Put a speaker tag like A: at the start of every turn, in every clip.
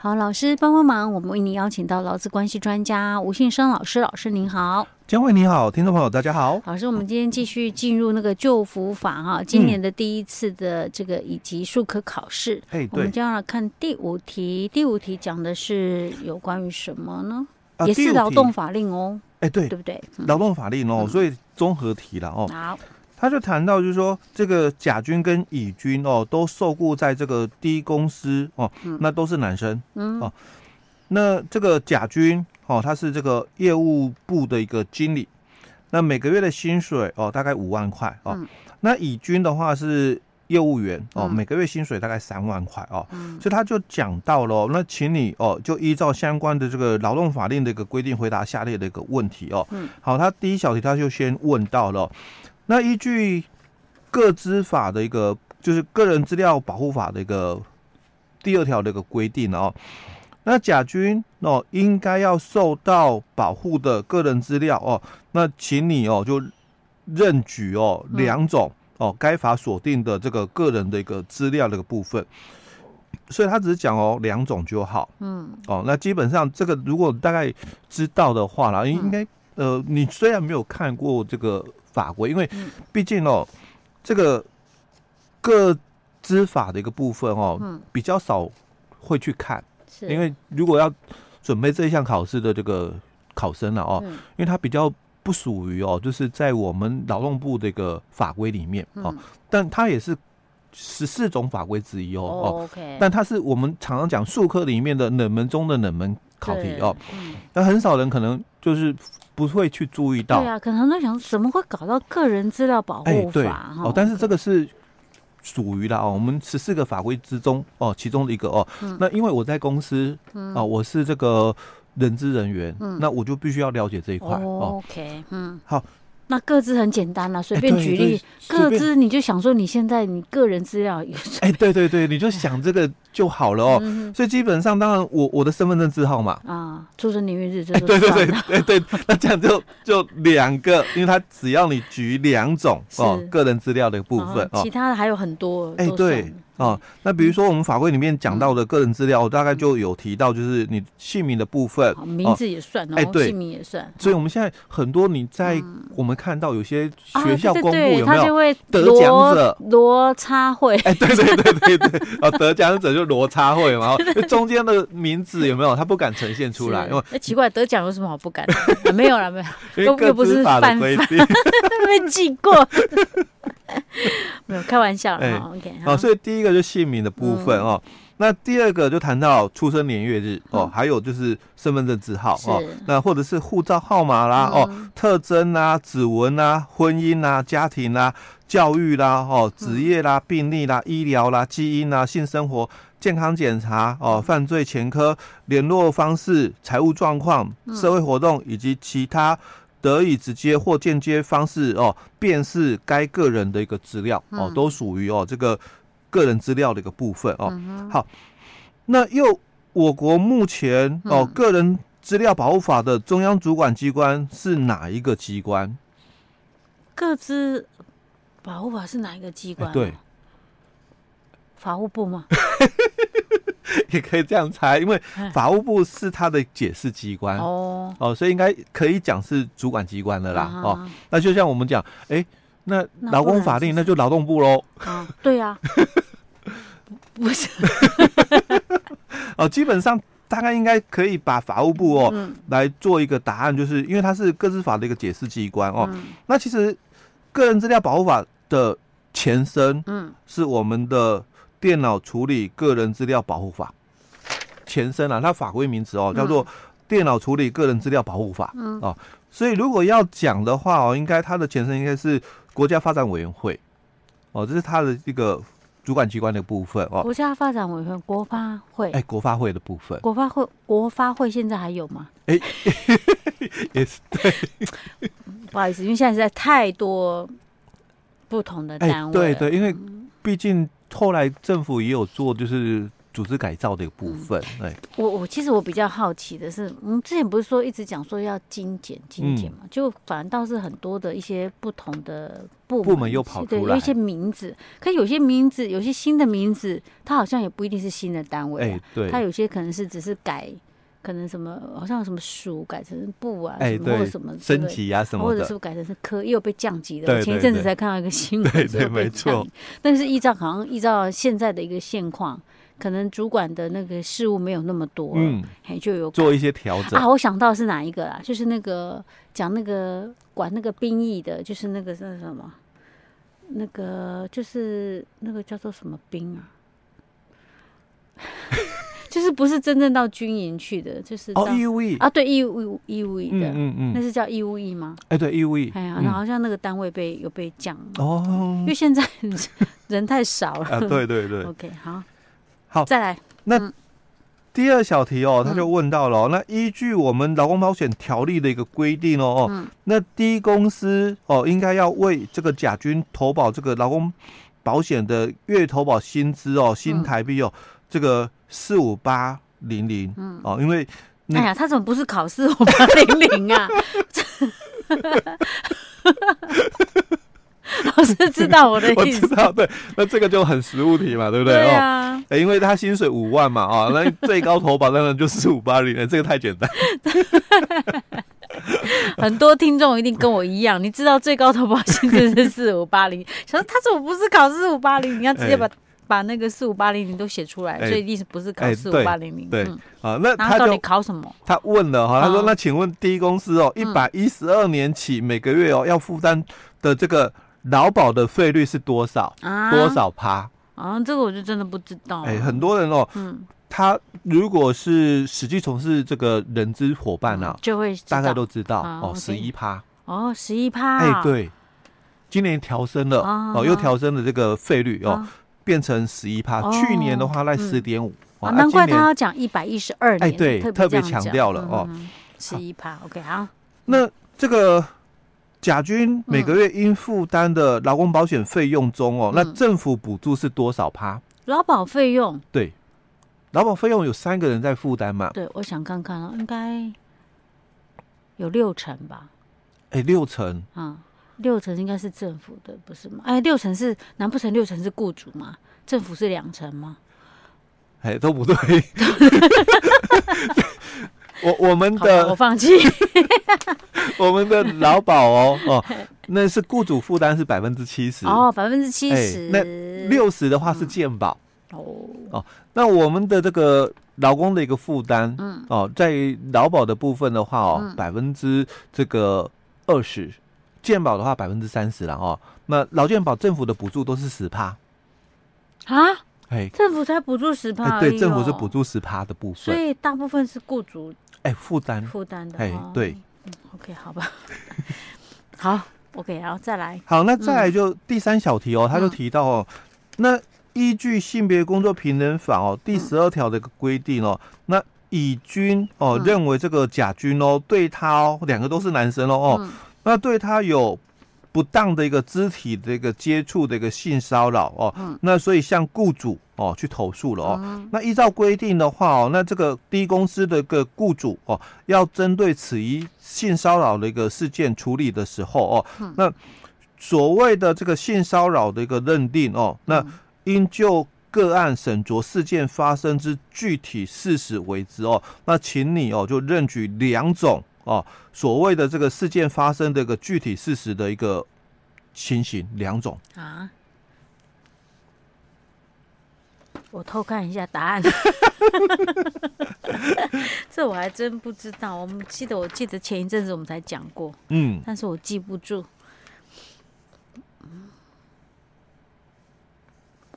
A: 好，老师帮帮忙，我们为您邀请到劳资关系专家吴信生老师，老师您好。
B: 江慧你好，听众朋友大家好。
A: 老师，我们今天继续进入那个旧服法哈，
B: 嗯
A: 今年的第一次的这个以及数科考试，
B: 哎，
A: 我们
B: 对，
A: 就要来看第五题。第五题讲的是有关于什么呢？
B: 啊
A: 也
B: 第五
A: 是
B: 题
A: 劳动法令哦，
B: 哎，对
A: 对，不对？嗯
B: 劳动法令哦
A: 嗯，
B: 所以综合题了哦，
A: 好，
B: 他就谈到就是说，这个甲军跟乙军哦，都受雇在这个 D 公司哦
A: 嗯，
B: 那都是男生。
A: 嗯，
B: 哦那这个甲军哦，他是这个业务部的一个经理，那每个月的薪水哦，大概五万块哦。
A: 嗯
B: 那乙军的话是业务员哦，
A: 嗯
B: 每个月薪水大概三万块哦。
A: 嗯
B: 所以他就讲到了哦、那请你哦，就依照相关的这个劳动法令的一个规定，回答下列的一个问题哦。
A: 嗯，
B: 好，他第一小题他就先问到了哦、那依据各资法的一个就是个人资料保护法的一个第二条的一个规定哦，那甲军哦应该要受到保护的个人资料哦，那请你哦就认举哦
A: 嗯
B: 两种哦该法锁定的这个个人的一个资料的一个部分。所以他只是讲哦两种就好
A: 嗯，
B: 哦，那基本上这个如果大概知道的话啦，应
A: 嗯
B: 该呃你虽然没有看过这个法规，因为
A: 嗯
B: 毕竟哦这个各资法的一个部分哦
A: 嗯
B: 比较少会去看，
A: 是，
B: 因为如果要准备这一项考试的这个考生了哦，
A: 嗯
B: 因为它比较不属于哦就是在我们劳动部的一个法规里面哦，
A: 嗯
B: 但它也是十四种法规之一哦哦，
A: 哦，OK，
B: 但它是我们常常讲数科里面的冷门中的冷门考题
A: 对
B: 哦，，
A: 嗯
B: 那很少人可能就是不会去注意到
A: 对，啊，可能都想怎么会搞到个人资料保护
B: 对
A: 法哈、
B: 哦，但是这个是属于啦哦，我们十四个法规之中哦，其中的一个哦，
A: 嗯
B: 那因为我在公司
A: 嗯
B: 啊、我是这个人资人员，
A: 嗯
B: 那我就必须要了解这一块哦。
A: o k 嗯，
B: 好，
A: 那各自很简单了，随
B: 哎
A: 便
B: 对
A: 举
B: 对
A: 例，
B: 随
A: 各
B: 便
A: 自你就想说你现在你个人资料有什
B: 哎，对对对，你就想这个就好了哦。
A: 么
B: 所以基本上，当然我我的身份证字号嘛，
A: 啊，出生年月日这
B: 哎，
A: 就
B: 对对
A: 算
B: 对
A: 了
B: 对对，那这样就就两个，因为他只要你举两种哦
A: 是
B: 个人资料的部
A: 啊
B: 分哦
A: 其，他的还有很多，
B: 哎
A: 都嗯
B: 对
A: 算了
B: 哦，那比如说我们法规里面讲到的个人资料，大概就有提到就是你姓名的部分
A: 好，
B: 哦
A: 名字也算，
B: 哎
A: 然后
B: 对
A: 姓名也算，
B: 所以我们现在很多你在
A: 嗯
B: 我们看到有些
A: 啊
B: 学校
A: 对
B: 公
A: 对
B: 布
A: 对
B: 有没
A: 他就
B: 有？
A: 会
B: 得
A: 罗
B: 奖者
A: 罗插会，
B: 哎，对对对对对，哦，得奖者就罗插会嘛，哦就中间的名字有没有？他不敢呈现出来，哦
A: 是
B: 因为
A: 哎奇怪，得奖有什么好不敢 的？啊没有啦，没有啦，
B: 因
A: 又又
B: 为各
A: 不是
B: 执法
A: 犯
B: 的规定
A: 被记过， 没有开玩笑了、
B: 哎
A: 哈 OK，好
B: 哦，所以第一个就姓名的部分
A: 嗯
B: 哦，那第二个就谈到出生年月日哦
A: 嗯，
B: 还有就是身份证字号哦
A: 是，
B: 那或者是护照号码啦哦，
A: 嗯
B: 特征啊、指纹啊、婚姻啊、家庭啊、教育啦、
A: 嗯
B: 哦、职业啦、病历啦、医疗啦、基因啦、性生活、健康检查
A: 嗯
B: 哦、犯罪前科、联络方式、财务状况、
A: 嗯
B: 社会活动以及其他得以直接或间接方式哦辨识该个人的一个资料哦
A: 嗯，
B: 都属于哦这个个人资料的一个部分哦。
A: 嗯哼
B: 那又我国目前哦
A: 嗯
B: 个人资料保护法的中央主管机关是哪一个机关？
A: 各自保护法是哪一个机关、啊
B: 哎对，
A: 法务部吗？
B: 也可以这样猜，因为
A: 哎
B: 法务部是它的解释机关哦
A: 哦，
B: 所以应该可以讲是主管机关的啦、
A: 啊
B: 哦。那就像我们讲，哎、那
A: 那
B: 劳
A: 不然
B: 工法
A: 是
B: 令那就劳动部喽
A: 啊，对 啊，不是，
B: 哦，基本上大概应该可以把法务部哦、
A: 嗯
B: 来做一个答案，就是因为它是各自法的一个解释机关哦。
A: 嗯
B: 那其实个人资料保护法的前身
A: 嗯，
B: 是我们的电脑处理个人资料保护法前身啊，它法规名词哦叫做电脑处理个人资料保护法。
A: 嗯
B: 哦，所以如果要讲的话哦，应该它的前身应该是国家发展委员会哦，这是它的一个主管机关的部分哦。
A: 国家发展委员会国发会。
B: 哎，国发会的部分
A: 国发会，国发会现在还有吗？
B: 也是
A: 不好意思，因为现在实在太多不同的
B: 哎
A: 单，位了。嗯
B: 对对，因为毕竟后来政府也有做就是组织改造的一个部分。哎，
A: 我我其实我比较好奇的是，嗯，之前不是说一直讲说要精简精
B: 嗯
A: 简嘛，就反倒是很多的一些不同的部门
B: 部门又跑
A: 是
B: 出
A: 对，
B: 来
A: 有一些名字，可有些名字，有些新的名字，它好像也不一定是新的单位、
B: 哎
A: 啊，，
B: 对，
A: 它有些可能是只是改，可能什么好像有什么署改成部啊，
B: 哎
A: 什么或
B: 对
A: 者什么之类
B: 升
A: 的
B: 级啊什么
A: 或者
B: 的
A: 是，改成是科，又被降级了。
B: 对
A: 我前一
B: 对
A: 阵子
B: 对
A: 才看到一个新闻，
B: 对
A: 说
B: 对
A: 被
B: 没
A: 降
B: 错
A: 级。但是依照好像依照现在的一个现况，可能主管的那个事务没有那么多，嗯，
B: 嗯，
A: 嘿，就有
B: 做一些调整
A: 啊，。我想到是哪一个啦，就是那个讲那个管那个兵役的，就是那个是什么，那个就是那个叫做什么兵啊？ 就是不是真正到军营去的，就是到、
B: 哦，义务役，
A: 啊，对，义务义务役
B: 嗯
A: 的，
B: 嗯
A: 那
B: 嗯，
A: 是叫义务役吗？
B: 哎，对，义务役，
A: 哎呀，
B: 嗯
A: 那好像那个单位被有被降，因
B: 哦
A: 为，哦现在 人太少了。
B: 啊，对对对，
A: OK，好，
B: 好
A: 再来，
B: 第二小题哦，他
A: 嗯
B: 就问到了哦、那依据我们劳工保险条例的一个规定哦，哦
A: 嗯
B: 那第一公司哦，应该要为这个甲军投保这个劳工保险的月投保薪资
A: 嗯
B: 哦，新台币哦，这个四五八零零
A: 嗯，
B: 哦，因为 那
A: 哎呀，他怎么不是考试我八零零啊？ 老师知道我的
B: 我
A: 意
B: 知
A: 思，
B: 道对，那这个就很实物题嘛，对不对？
A: 对
B: 哦
A: 啊，
B: 哎因为他薪水五万嘛，啊、那最高投保当然就四五八零了，这个太简单。
A: 很多听众一定跟我一样，你知道最高投保薪资是四五八零， 想说他怎么不是考四五八零？你要直接把、把那个四五八零零都写出来，
B: 哎
A: 所以一定是不是考
B: 哎
A: 四
B: 对
A: 五八零零？
B: 对
A: 嗯
B: 啊，那
A: 然后
B: 他
A: 到
B: 就
A: 底考什么？
B: 他问了哈，他说
A: 哦：“
B: 那请问第一公司哦，一
A: 嗯
B: 百一十二年起每个月哦要负担的这个劳保的费率是多少？
A: 啊，
B: 多少趴？
A: 啊，这个我就真的不知道。
B: 哎，很多人哦，
A: 嗯，
B: 他如果是实际从事这个人资伙伴啊，
A: 就嗯会知
B: 大概
A: 道
B: 都知道
A: 啊
B: 哦，
A: ，OK
B: 十一趴。
A: 哦，十一趴。
B: 哎，，对，今年调升了
A: 啊
B: 哦，又调升了这个费率哦
A: 啊，
B: 变成十一趴
A: 哦。
B: 去年的话在
A: 嗯
B: 十点五，
A: 啊，
B: 啊
A: 难怪
B: 今
A: 他
B: 年
A: 要讲一百一十二年，
B: 哎对
A: 特
B: 特
A: 别
B: 别
A: 这样
B: 强
A: 讲嗯
B: 调了哦，
A: 十一趴。OK，好，
B: 那这个甲
A: 嗯
B: 军每个月应负担的劳工保险费用中哦，
A: 嗯
B: 那政府补助是多少趴？
A: 劳保费用，
B: 劳保费用有三个人在负担嘛？
A: 对我想看看啊，应该有六成吧？
B: 哎，六成
A: 啊，六成应该是政府的，不是吗？哎，六成是，难不成六成是雇主吗？政府是两成吗？
B: 哎都 不对。我我们
A: 好吧，我
B: 的
A: 放 弃。
B: 我们的劳保哦 哦，那是雇主负担是百分之七十，
A: 哦，嗯百分之七
B: 哎
A: 十，
B: 那六十的话是健保。
A: 哦，
B: 那我们的这个劳工的一个负担，
A: 嗯，
B: 哦，在劳保的部分的话哦
A: 嗯，
B: 百分之这个二十，健保的话百分之三十了哦。那劳健保政府的补助都是十趴，
A: 啊，
B: 哎、
A: 政府才补助十
B: 哎
A: 趴，哦
B: 对，政府是补，助十趴的部
A: 所
B: 分，
A: 以大部分是雇主
B: 哎，负担
A: 负担的。
B: 哎
A: 哦
B: 对
A: 嗯，OK，好吧， 好，OK，然后再来，
B: 好，那再来就第三小题哦，他就
A: 嗯
B: 提到哦，那依据性别工作平等法哦
A: 嗯
B: 第十二条的一个规定哦，那乙军哦、
A: 嗯
B: 认为这个甲军哦对他哦两个都是男生哦哦，
A: 嗯
B: 那对他有不当的一个肢体的一个接触的一个性骚扰哦，
A: 嗯
B: 那所以向雇主哦去投诉了哦。那依照规定的话哦，那这个第一公司的一个雇主哦，要针对此一性骚扰的一个事件处理的时候哦，
A: 嗯
B: 那所谓的这个性骚扰的一个认定哦，那
A: 嗯
B: 应就个案审酌事件发生之具体事实为之哦。那请你哦就认举两种哦所谓的这个事件发生的一个具体事实的一个情形，两种。
A: 啊，我偷看一下答 案，这我还真不知道。我们记得，我记得前一阵子我们才讲过，
B: 嗯，
A: 但是我记不住。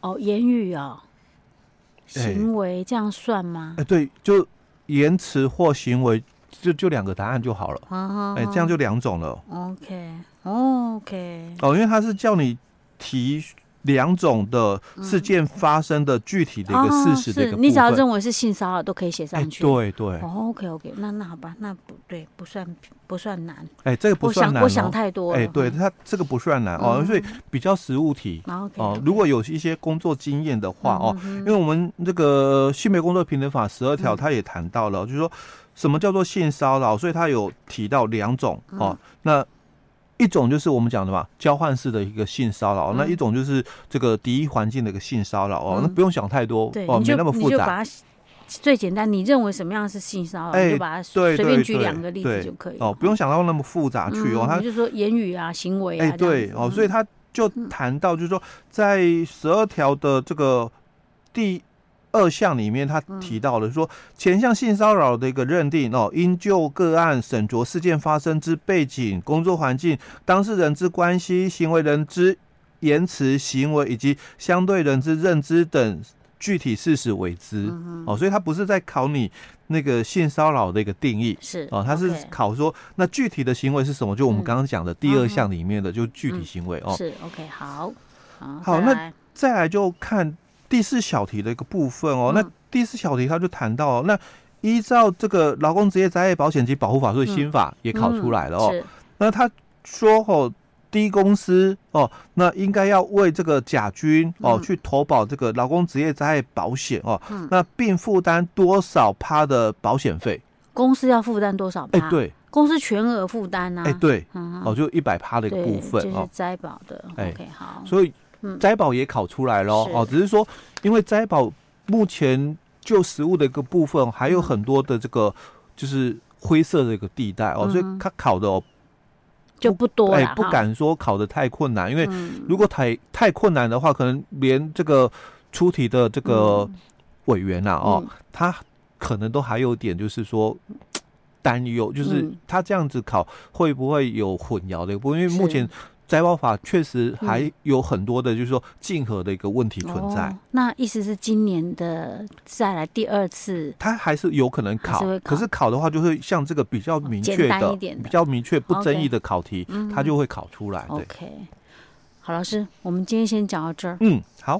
A: 哦，言语哦，
B: 哎
A: 行为这样算吗
B: 哎、？对，就言辞或行为，就就两个答案就好了。
A: 啊
B: 哎、这样就两种了
A: OK，OK，
B: 哦，因为他是叫你提两种的事件发生的具体的一个事实的一
A: 哦是
B: 个部分。
A: 你只要认为是性骚扰都可以写
B: 哎，
A: 上去。
B: 对对，
A: 哦，OK OK，那那好吧，那不对，不算不算难。
B: 哎，这个不
A: 我
B: 算
A: 想
B: 难
A: 我想
B: 哦。
A: 太多了。嗯
B: 哎，对，它这个不算难哦，所以比较实物题。
A: 然后 OK，
B: 哦，如果有一些工作经验的话哦，
A: 嗯
B: 因为我们这个性别工作平等法十二条，它也谈到了，就是说什么叫做性骚扰，所以它有提到两种
A: 嗯
B: 哦，那。一种就是我们讲的嘛，交换式的一个性骚扰；
A: 嗯
B: 那一种就是这个敌意环境的一个性骚扰哦，那不用想太多
A: 对，
B: 哦，
A: 你
B: 没
A: 就
B: 那么
A: 你
B: 复
A: 就
B: 杂
A: 把它最简单，你认为什么样是性骚扰，
B: 哎
A: 你就把它
B: 对
A: 随便
B: 对
A: 举
B: 对
A: 两个例子
B: 对
A: 就可以了。
B: 哦，不用想到那么复杂去哦。
A: 嗯
B: 它
A: 你就说言语啊、行为
B: 哎、
A: 啊，这样
B: 对
A: 子嗯
B: 哦，所以他就谈到，就是说，在十二条的这个第二项里面，他
A: 嗯
B: 提到了说，前项性骚扰的一个认定哦，应就个案审酌事件发生之背景、工作环境、当事人之关系、行为人之言辞、行为以及相对人之认知等。具体事实为之、
A: 嗯
B: 哦，所以他不是在考你那个性骚扰的一个定义，
A: 嗯是
B: 哦，他是
A: OK，
B: 考说那具体的行为是什么？就我们
A: 嗯
B: 刚刚讲的第二项里面的，就具体行为哦。
A: 是 OK，好，好，
B: 好
A: 再
B: 那
A: 来
B: 再来就看第四小题的一个部分哦。那
A: 嗯
B: 第四小题他就谈到哦，那依照这个劳工职业灾害保险及保护法，所以
A: 嗯
B: 新法也考出来了哦。
A: 是
B: 那他说哦。低公司哦，那应该要为这个甲军哦、
A: 嗯
B: 去投保这个劳工职业灾害保险哦，
A: 嗯
B: 那并负担多少趴的保险费？
A: 公司要负担多少
B: 哎、
A: 趴？，
B: 对，
A: 公司全额负担呐。
B: 哎、对，
A: 嗯，
B: 哦，就一百趴的一个
A: 对，
B: 部分
A: 就
B: 哦
A: 是。摘保的。
B: 哎
A: OK，好，
B: 所以
A: 嗯
B: 摘保也考出来咯。
A: 是
B: 哦，只是说因为摘保目前就食物的一个部分，还有很多的这个就是灰色的一个地带哦，所以
A: 嗯哼
B: 它考的哦，
A: 就不多
B: 哎、
A: 了，
B: 不
A: 哈。
B: 敢说考的太困难，因为
A: 嗯
B: 如果太太困难的话，可能连这个出题的这个委员呐、哦，
A: 嗯
B: 他可能都还有点就是说。担忧就是
A: 嗯
B: 他这样子考会不会有混淆的一个部分？因为目
A: 是
B: 前摘包法确实还
A: 嗯
B: 有很多的，就是说竞合的一个问题存在，
A: 哦。那意思是今年的再来第二次，
B: 它还是有可能考
A: 还是会，考哦
B: 可是考的话就会像这个比较明确
A: 简单
B: 的、
A: 一点的
B: 比较明确不争
A: OK 嗯
B: 议的考哎题，它就会考出来。对，
A: OK，好，老师，我们今天先讲到这儿。
B: 嗯，好。